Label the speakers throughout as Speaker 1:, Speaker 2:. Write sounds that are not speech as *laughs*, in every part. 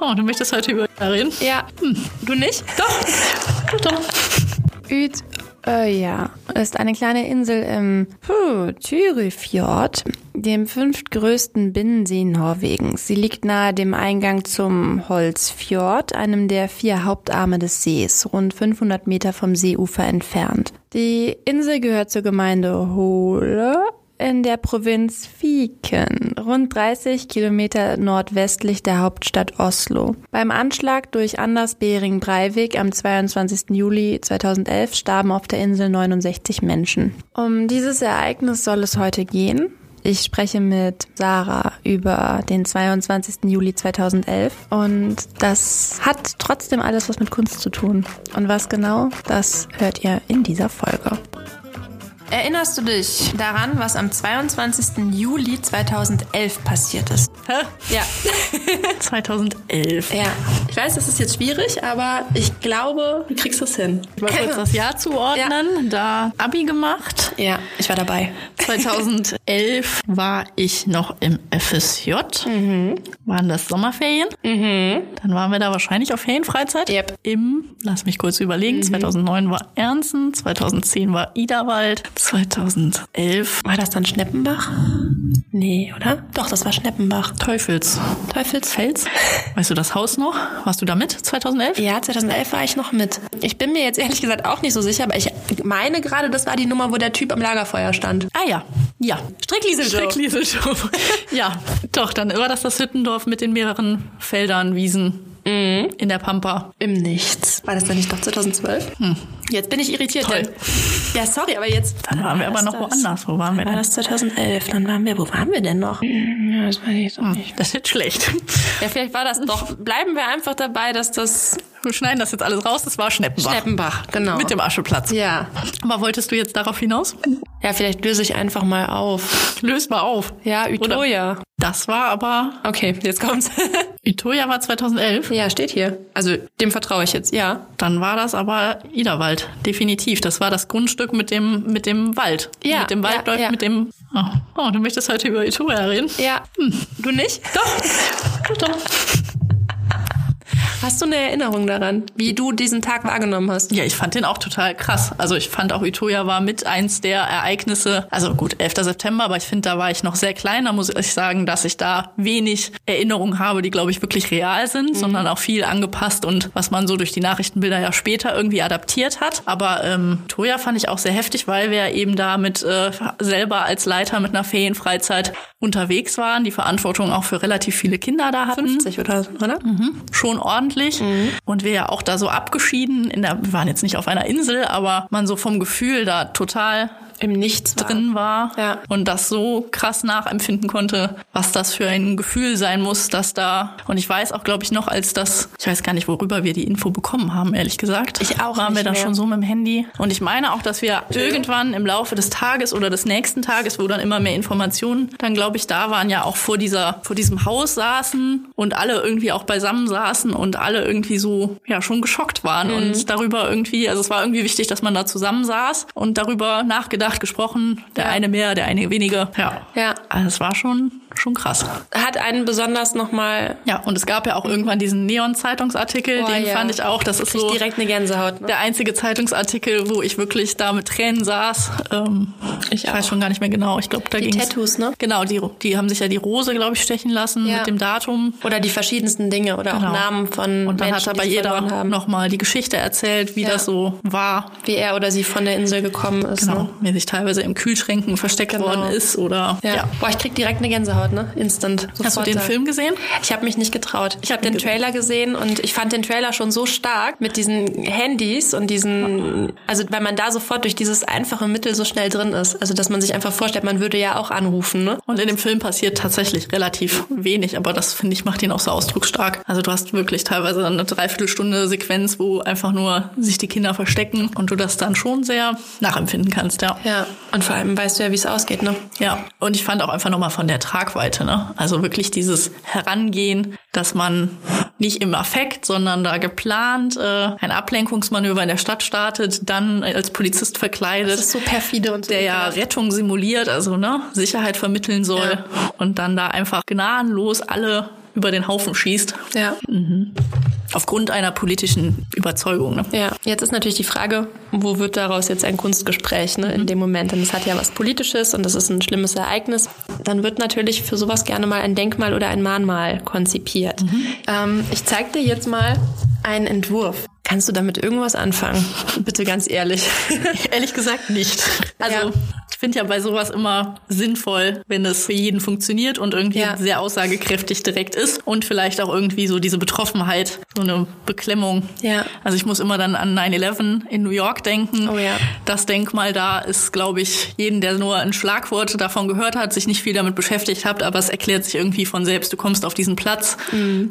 Speaker 1: Oh, du möchtest heute über reden?
Speaker 2: Ja.
Speaker 1: Hm. Du nicht? Doch. Doch.
Speaker 2: Üt Öja ist eine kleine Insel im Puh, Tyrifjord, dem fünftgrößten Binnensee Norwegens. Sie liegt nahe dem Eingang zum Holzfjord, einem der vier Hauptarme des Sees, rund 500 Meter vom Seeufer entfernt. Die Insel gehört zur Gemeinde Hole in der Provinz Viken, rund 30 Kilometer nordwestlich der Hauptstadt Oslo. Beim Anschlag durch Anders Behring Breivik am 22. Juli 2011 starben auf der Insel 69 Menschen. Um dieses Ereignis soll es heute gehen. Ich spreche mit Sarah über den 22. Juli 2011 und das hat trotzdem alles was mit Kunst zu tun. Und was genau, das hört ihr in dieser Folge. Erinnerst du dich daran, was am 22. Juli 2011 passiert ist?
Speaker 1: Hä?
Speaker 2: Ja,
Speaker 1: 2011.
Speaker 2: ja. Ich weiß, das ist jetzt schwierig, aber ich glaube, du kriegst es hin.
Speaker 1: Mal kurz das Jahr zuordnen. Da Abi gemacht.
Speaker 2: Ja, ich war dabei.
Speaker 1: 2011 war ich noch im FSJ. Waren das Sommerferien? Dann waren wir da wahrscheinlich auf Ferienfreizeit.
Speaker 2: Yep.
Speaker 1: Im, lass mich kurz überlegen, 2009 war Ernsten, 2010 war Iderwald, 2011
Speaker 2: War das dann Schneppenbach? Nee, oder? Doch, das war Schneppenbach.
Speaker 1: Teufels.
Speaker 2: Teufelsfels?
Speaker 1: Weißt du das Haus noch? Warst du da mit 2011?
Speaker 2: Ja, 2011 war ich noch mit. Ich bin mir jetzt ehrlich gesagt auch nicht so sicher, aber ich meine gerade, das war die Nummer, wo der Typ am Lagerfeuer stand.
Speaker 1: Ah ja, ja.
Speaker 2: Strickliesel-Show.
Speaker 1: Strickliesel-Show. *laughs* ja, doch, dann war das das Hüttendorf mit den mehreren Feldern, Wiesen
Speaker 2: Mhm.
Speaker 1: in der Pampa.
Speaker 2: Im Nichts. War das dann nicht doch 2012? Jetzt bin ich irritiert.
Speaker 1: Toll.
Speaker 2: denn- Ja, sorry, aber jetzt.
Speaker 1: Dann waren wir aber
Speaker 2: Was
Speaker 1: noch
Speaker 2: das?
Speaker 1: woanders. Wo waren wir
Speaker 2: War
Speaker 1: denn?
Speaker 2: das 2011? Dann waren wir, wo waren wir denn noch? Hm, Ja, das weiß ich doch nicht.
Speaker 1: Das ist jetzt schlecht.
Speaker 2: Ja, vielleicht war das doch. Bleiben wir einfach dabei, dass das
Speaker 1: Wir schneiden das jetzt alles raus. Das war Schneppenbach.
Speaker 2: Schneppenbach, genau.
Speaker 1: Mit dem Ascheplatz.
Speaker 2: ja.
Speaker 1: Aber wolltest du jetzt darauf hinaus?
Speaker 2: Ja, vielleicht löse ich einfach mal auf.
Speaker 1: Löst mal auf.
Speaker 2: Ja, Utoya.
Speaker 1: Das war aber...
Speaker 2: Okay, jetzt kommt's. *laughs*
Speaker 1: Utoya war 2011.
Speaker 2: ja, steht hier. Also, dem vertraue ich jetzt, ja.
Speaker 1: Dann war das aber Iderwald. Definitiv. Das war das Grundstück mit dem, mit dem Wald.
Speaker 2: Ja,
Speaker 1: Mit dem
Speaker 2: ja,
Speaker 1: Wald läuft
Speaker 2: ja.
Speaker 1: mit dem... Oh, oh, du möchtest heute über Utoya reden?
Speaker 2: Ja. Hm. Du nicht?
Speaker 1: Doch, doch.
Speaker 2: Hast du eine Erinnerung daran, wie du diesen Tag wahrgenommen hast?
Speaker 1: Ja, ich fand den auch total krass. Also ich fand auch Utoya war mit eins der Ereignisse, also gut, 11. September, aber ich finde, da war ich noch sehr klein. Da muss ich sagen, dass ich da wenig Erinnerungen habe, die, glaube ich, wirklich real sind, sondern auch viel angepasst und was man so durch die Nachrichtenbilder ja später irgendwie adaptiert hat. Aber ähm, Utoya fand ich auch sehr heftig, weil wir eben da mit äh, selber als Leiter mit einer Ferienfreizeit unterwegs waren, die Verantwortung auch für relativ viele Kinder da hatten
Speaker 2: oder so, oder?
Speaker 1: Mhm. schon ordentlich.
Speaker 2: Mhm.
Speaker 1: Und wir ja auch da so abgeschieden, in der, wir waren jetzt nicht auf einer Insel, aber man so vom Gefühl da total
Speaker 2: Im Nichts drin.
Speaker 1: drin war
Speaker 2: Ja.
Speaker 1: und das so krass nachempfinden konnte, was das für ein Gefühl sein muss, dass da und ich weiß auch, glaube ich, noch als das, ich weiß gar nicht, worüber wir die Info bekommen haben, ehrlich gesagt.
Speaker 2: Ich auch
Speaker 1: Waren wir
Speaker 2: nicht
Speaker 1: da
Speaker 2: mehr.
Speaker 1: schon so mit dem Handy und ich meine auch, dass wir irgendwann im Laufe des Tages oder des nächsten Tages, wo dann immer mehr Informationen, dann glaube ich, da waren ja auch vor dieser vor diesem Haus saßen und alle irgendwie auch beisammen saßen und alle irgendwie so ja schon geschockt waren
Speaker 2: Mhm.
Speaker 1: und darüber irgendwie, also es war irgendwie wichtig, dass man da zusammensaß und darüber nachgedacht, gesprochen, der
Speaker 2: Ja.
Speaker 1: eine mehr, der eine weniger. Ja.
Speaker 2: Ja.
Speaker 1: Also es war schon schon krass.
Speaker 2: Hat einen besonders nochmal
Speaker 1: Ja, und es gab ja auch irgendwann diesen Neon Zeitungsartikel,
Speaker 2: Oh,
Speaker 1: den
Speaker 2: ja.
Speaker 1: fand ich auch, das ist
Speaker 2: krieg ich
Speaker 1: so
Speaker 2: direkt eine Gänsehaut. Ne?
Speaker 1: der einzige Zeitungsartikel, wo ich wirklich da mit Tränen saß. Ähm, ich
Speaker 2: auch.
Speaker 1: weiß schon gar nicht mehr genau. Ich glaube, da
Speaker 2: Die
Speaker 1: ging
Speaker 2: Tattoos, ne?
Speaker 1: Genau, die, die haben sich ja die Rose, glaube ich, stechen lassen
Speaker 2: Ja.
Speaker 1: mit dem Datum.
Speaker 2: Oder die verschiedensten Dinge oder
Speaker 1: Genau.
Speaker 2: auch Namen von
Speaker 1: Und dann
Speaker 2: Hm, Menschen,
Speaker 1: hat aber
Speaker 2: die sie
Speaker 1: jeder
Speaker 2: verloren haben.
Speaker 1: nochmal die Geschichte erzählt, wie
Speaker 2: Ja.
Speaker 1: das so war.
Speaker 2: wie er oder sie von der Insel gekommen ist.
Speaker 1: Genau,
Speaker 2: Ne?
Speaker 1: wie sich teilweise im Kühlschränken versteckt
Speaker 2: Genau.
Speaker 1: worden ist oder
Speaker 2: Ja.
Speaker 1: ja.
Speaker 2: Boah, ich krieg direkt eine Gänsehaut, ne? Instant. Sofort
Speaker 1: Hast du den
Speaker 2: da.
Speaker 1: Film gesehen?
Speaker 2: Ich habe mich nicht getraut. Ich habe den
Speaker 1: gesehen.
Speaker 2: Trailer gesehen und ich fand den Trailer schon so stark mit diesen Handys und diesen, also weil man da sofort durch dieses einfache Mittel so schnell drin ist. Also dass man sich einfach vorstellt, man würde ja auch anrufen, ne?
Speaker 1: Und in dem Film passiert tatsächlich relativ wenig, aber das finde ich macht ihn auch so ausdrucksstark. Also du hast wirklich teilweise dann eine Dreiviertelstunde Sequenz, wo einfach nur sich die Kinder verstecken und du das dann schon sehr nachempfinden kannst, ja.
Speaker 2: Ja. Und vor allem weißt du ja, wie es ausgeht, ne?
Speaker 1: Ja, und ich fand auch einfach nochmal von der Tragweite, ne? Also wirklich dieses Herangehen, dass man nicht im Affekt, sondern da geplant äh, ein Ablenkungsmanöver in der Stadt startet, dann als Polizist verkleidet.
Speaker 2: Das ist so perfide und so.
Speaker 1: der ja
Speaker 2: ekelhaft.
Speaker 1: Rettung simuliert, also ne, Sicherheit vermitteln soll und dann da einfach gnadenlos alle über den Haufen schießt.
Speaker 2: Ja.
Speaker 1: Aufgrund einer politischen Überzeugung. Ne?
Speaker 2: Ja, jetzt ist natürlich die Frage, wo wird daraus jetzt ein Kunstgespräch ne,
Speaker 1: Mhm.
Speaker 2: in dem Moment? Denn das hat ja was Politisches und das ist ein schlimmes Ereignis. Dann wird natürlich für sowas gerne mal ein Denkmal oder ein Mahnmal konzipiert.
Speaker 1: Mhm.
Speaker 2: Ähm, ich zeig dir jetzt mal einen Entwurf. Kannst du damit irgendwas anfangen? Bitte ganz ehrlich.
Speaker 1: *laughs* Ehrlich gesagt nicht. Also
Speaker 2: Ja.
Speaker 1: ich finde ja bei sowas immer sinnvoll, wenn es für jeden funktioniert und irgendwie
Speaker 2: Ja.
Speaker 1: sehr aussagekräftig direkt ist und vielleicht auch irgendwie so diese Betroffenheit, so eine Beklemmung.
Speaker 2: Ja.
Speaker 1: Also ich muss immer dann an 9-11 in New York denken.
Speaker 2: Oh ja.
Speaker 1: Das Denkmal da ist, glaube ich, jeden, der nur ein Schlagwort davon gehört hat, sich nicht viel damit beschäftigt hat, aber es erklärt sich irgendwie von selbst. Du kommst auf diesen Platz,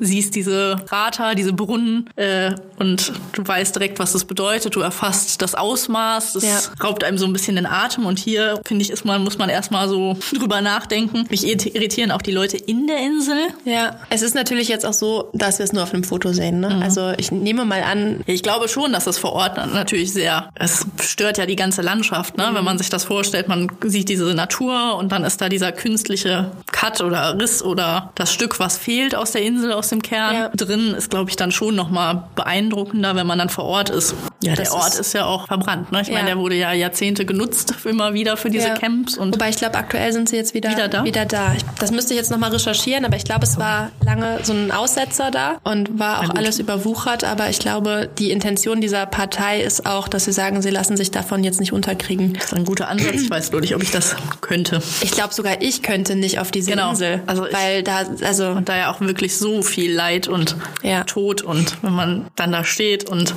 Speaker 1: siehst diese Krater, diese Brunnen äh, und du weißt direkt, was das bedeutet. Du erfasst das Ausmaß, das
Speaker 2: Ja.
Speaker 1: raubt einem so ein bisschen den Atem und hier, finde ich, ist man, muss man erstmal so drüber nachdenken. Mich irrit- irritieren auch die Leute in der Insel.
Speaker 2: Ja, es ist natürlich jetzt auch so, dass wir es nur auf einem Foto sehen. Ne?
Speaker 1: Mhm.
Speaker 2: Also ich nehme mal an,
Speaker 1: Ich glaube schon, dass das vor Ort natürlich sehr, es stört ja die ganze Landschaft, ne? wenn man sich das vorstellt. Man sieht diese Natur und dann ist da dieser künstliche Cut oder Riss oder das Stück, was fehlt aus der Insel, aus dem Kern
Speaker 2: Ja.
Speaker 1: drin, ist, glaube ich, dann schon nochmal beeindruckender, wenn man dann vor Ort ist. Ja,
Speaker 2: das
Speaker 1: der Ort
Speaker 2: ist-
Speaker 1: ist, ja auch verbrannt. Ne? Ich
Speaker 2: Ja.
Speaker 1: meine, der wurde ja Jahrzehnte genutzt *laughs* immer wieder für diese
Speaker 2: Ja.
Speaker 1: Camps und
Speaker 2: Wobei ich glaube, aktuell sind sie jetzt wieder,
Speaker 1: Wieder da?
Speaker 2: Wieder da. Ich, das müsste ich jetzt nochmal recherchieren, aber ich glaube, es war lange so ein Aussetzer da und war auch
Speaker 1: gut.
Speaker 2: alles überwuchert. Aber ich glaube, die Intention dieser Partei ist auch, dass sie sagen, sie lassen sich davon jetzt nicht unterkriegen.
Speaker 1: das ist ein guter Ansatz. Ich weiß nur nicht, ob ich das könnte.
Speaker 2: Ich glaube, sogar ich könnte nicht auf diese
Speaker 1: Genau.
Speaker 2: Insel.
Speaker 1: Also ich-
Speaker 2: weil da, also
Speaker 1: Und da ja auch wirklich so viel Leid und
Speaker 2: Ja.
Speaker 1: Tod und wenn man dann da steht und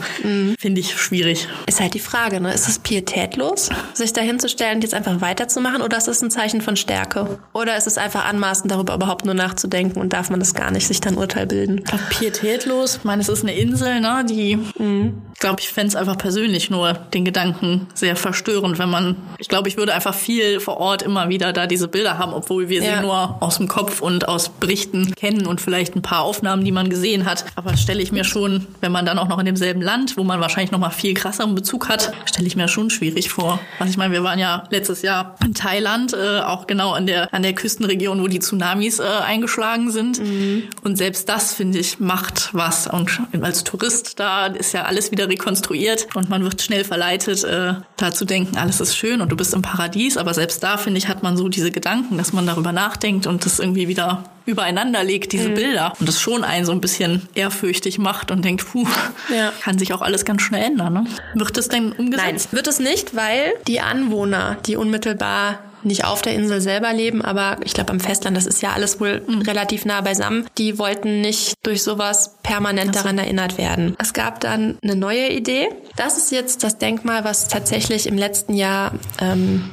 Speaker 1: finde ich schwierig.
Speaker 2: ist halt die Frage, ne? Ist es pietätlos, sich dahinzustellen und jetzt einfach weiterzumachen oder ist es ein Zeichen von Stärke? Oder ist es einfach anmaßend, darüber überhaupt nur nachzudenken und darf man das gar nicht, sich dann Urteil bilden?
Speaker 1: Pietätlos, ich meine, es ist eine Insel, ne? Die, ich glaube, ich fände es einfach persönlich nur den Gedanken sehr verstörend, wenn man, ich glaube, ich würde einfach viel vor Ort immer wieder da diese Bilder haben, obwohl wir
Speaker 2: Ja.
Speaker 1: sie nur aus dem Kopf und aus Berichten kennen und vielleicht ein paar Aufnahmen, die man gesehen hat. Aber stelle ich mir schon, wenn man dann auch noch in demselben Land, wo man wahrscheinlich noch mal viel krasseren Bezug hat, stelle ich mir schon schwierig vor. Also ich meine, wir waren ja letztes Jahr in Thailand, äh, auch genau an der, an der Küstenregion, wo die Tsunamis äh, eingeschlagen sind. Und selbst das, finde ich, macht was. Und als Tourist da ist ja alles wieder rekonstruiert und man wird schnell verleitet, äh, da zu denken, alles ist schön und du bist im Paradies. Aber selbst da, finde ich, hat man so diese Gedanken, dass man darüber nachdenkt und das irgendwie wieder übereinander legt,
Speaker 2: Mhm.
Speaker 1: diese Bilder. Und das schon einen so ein bisschen ehrfürchtig macht und denkt, puh,
Speaker 2: Ja.
Speaker 1: kann sich auch alles ganz schnell ändern. Ne? Wird das denn
Speaker 2: Nein,
Speaker 1: umgesetzt?
Speaker 2: wird es nicht, weil die Anwohner, die unmittelbar nicht auf der Insel selber leben, aber ich glaube am Festland, das ist ja alles wohl relativ nah beisammen, die wollten nicht durch sowas permanent daran erinnert werden. Es gab dann eine neue Idee. Das ist jetzt das Denkmal, was tatsächlich im letzten Jahr ähm,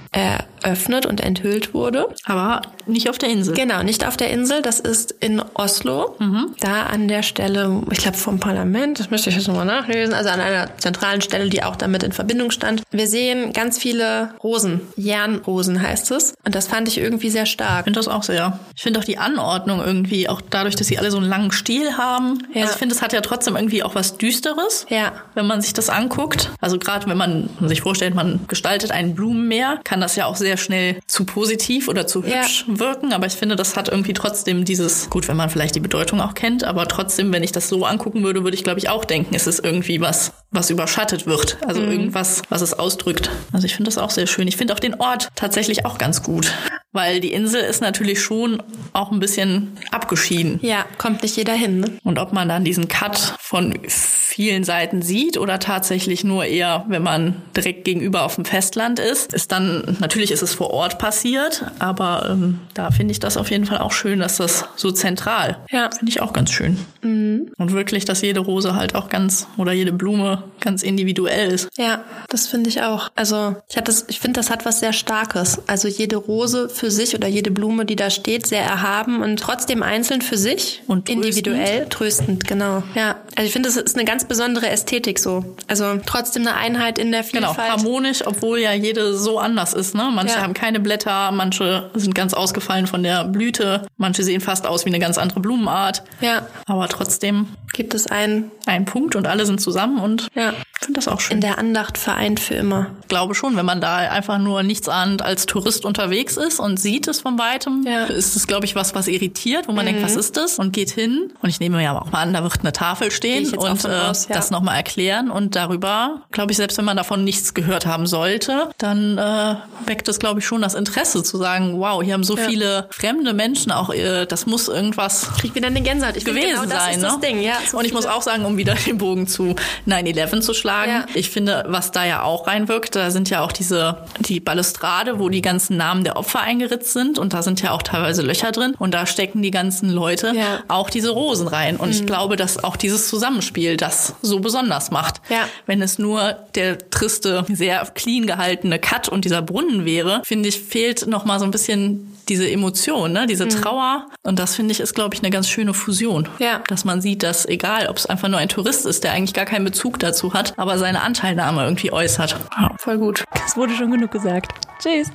Speaker 2: eröffnet und enthüllt wurde.
Speaker 1: Aber nicht auf der Insel.
Speaker 2: Genau, nicht auf der Insel, das ist in Oslo. Da an der Stelle, ich glaube vom Parlament, das müsste ich jetzt nochmal nachlesen, also an einer zentralen Stelle, die auch damit in Verbindung stand. Wir sehen ganz viele Rosen, Jernrosen heißt es. Und das fand ich irgendwie sehr stark.
Speaker 1: finde das auch sehr. Ich finde auch die Anordnung irgendwie, auch dadurch, dass sie alle so einen langen Stiel haben.
Speaker 2: Ja.
Speaker 1: Also ich finde, es hat ja trotzdem irgendwie auch was Düsteres.
Speaker 2: Ja.
Speaker 1: Wenn man sich das anguckt. Also gerade wenn man sich vorstellt, man gestaltet ein Blumenmeer, kann das ja auch sehr schnell zu positiv oder zu
Speaker 2: Ja.
Speaker 1: hübsch wirken. Aber ich finde, das hat irgendwie trotzdem dieses, gut, wenn man vielleicht die Bedeutung auch kennt, aber trotzdem, wenn ich das so angucken würde, würde ich glaube ich auch denken, es ist irgendwie was, was überschattet wird. Also irgendwas, was es ausdrückt. Also ich finde das auch sehr schön. Ich finde auch den Ort tatsächlich auch ganz gut. Weil die Insel ist natürlich schon auch ein bisschen abgeschieden.
Speaker 2: Ja, kommt nicht jeder hin. Ne?
Speaker 1: Und ob man dann diesen Cut von vielen Seiten sieht oder tatsächlich nur eher, wenn man direkt gegenüber auf dem Festland ist, ist dann, natürlich ist es vor Ort passiert, aber ähm, da finde ich das auf jeden Fall auch schön, dass das so zentral,
Speaker 2: Ja.
Speaker 1: finde ich auch ganz schön. Und wirklich, dass jede Rose halt auch ganz oder jede Blume ganz individuell ist.
Speaker 2: Ja, das finde ich auch. Also ich, hat das, ich finde, das hat was sehr Starkes. Also jede Rose für sich oder jede Blume, die da steht, sehr erhaben und trotzdem einzeln für sich
Speaker 1: Und tröstend.
Speaker 2: individuell tröstend, genau. Ja, also ich finde, das ist eine ganz
Speaker 3: besondere Ästhetik so. Also trotzdem eine Einheit in der
Speaker 1: Genau,
Speaker 3: Vielfalt.
Speaker 1: harmonisch, obwohl ja jede so anders ist. Ne? Manche
Speaker 3: Ja.
Speaker 1: haben keine Blätter, manche sind ganz ausgefallen von der Blüte, manche sehen fast aus wie eine ganz andere Blumenart.
Speaker 3: Ja,
Speaker 1: Aber trotzdem
Speaker 3: gibt es einen,
Speaker 1: ein Punkt und alle sind zusammen und
Speaker 3: ja,
Speaker 1: ich finde das auch schön.
Speaker 3: in der Andacht vereint für immer.
Speaker 1: Ich glaube schon, wenn man da einfach nur nichts ahnt als Tourist unterwegs ist und sieht es von weitem,
Speaker 3: Ja.
Speaker 1: ist es, glaube ich, was, was irritiert, wo man denkt, was ist das? Und geht hin. Und ich nehme ja auch mal an, da wird eine
Speaker 3: Gehe
Speaker 1: Tafel
Speaker 3: ich
Speaker 1: stehen
Speaker 3: jetzt auch
Speaker 1: und
Speaker 3: von
Speaker 1: äh,
Speaker 3: aus, ja.
Speaker 1: das nochmal erklären. Und darüber, glaube ich, selbst wenn man davon nichts gehört haben sollte, dann äh, weckt es, glaube ich, schon das Interesse zu sagen, wow, hier haben so
Speaker 3: Ja.
Speaker 1: viele fremde Menschen auch, äh, das muss irgendwas
Speaker 3: Krieg wieder eine Gänsehaut. Ich finde,
Speaker 1: gewesen
Speaker 3: genau das
Speaker 1: sein.
Speaker 3: ist
Speaker 1: ne?
Speaker 3: das Ding, ja. So
Speaker 1: und ich muss
Speaker 3: viele-
Speaker 1: auch sagen, um wieder den Bogen zu 9-11 zu schlagen,
Speaker 3: Ja.
Speaker 1: ich finde, was da ja auch reinwirkt, da sind ja auch diese, die Balustrade, wo die ganzen Namen der Opfer eingeritzt sind und da sind ja auch teilweise Löcher drin und da stecken die ganzen Leute
Speaker 3: Ja. Mhm.
Speaker 1: auch diese Rosen rein. Und ich glaube, dass auch dieses Zusammenspiel das so besonders macht.
Speaker 3: Ja.
Speaker 1: Wenn es nur der triste, sehr clean gehaltene Cut und dieser Brunnen wäre, finde ich, fehlt nochmal so ein bisschen diese Emotion, ne? diese Trauer. Und das finde ich ist, glaube ich, eine ganz schöne Fusion.
Speaker 3: Ja.
Speaker 1: Dass man sieht, dass egal, ob es einfach nur ein Tourist ist, der eigentlich gar keinen Bezug dazu hat, aber seine Anteilnahme irgendwie äußert.
Speaker 3: voll gut.
Speaker 2: Es wurde schon genug gesagt. Tschüss.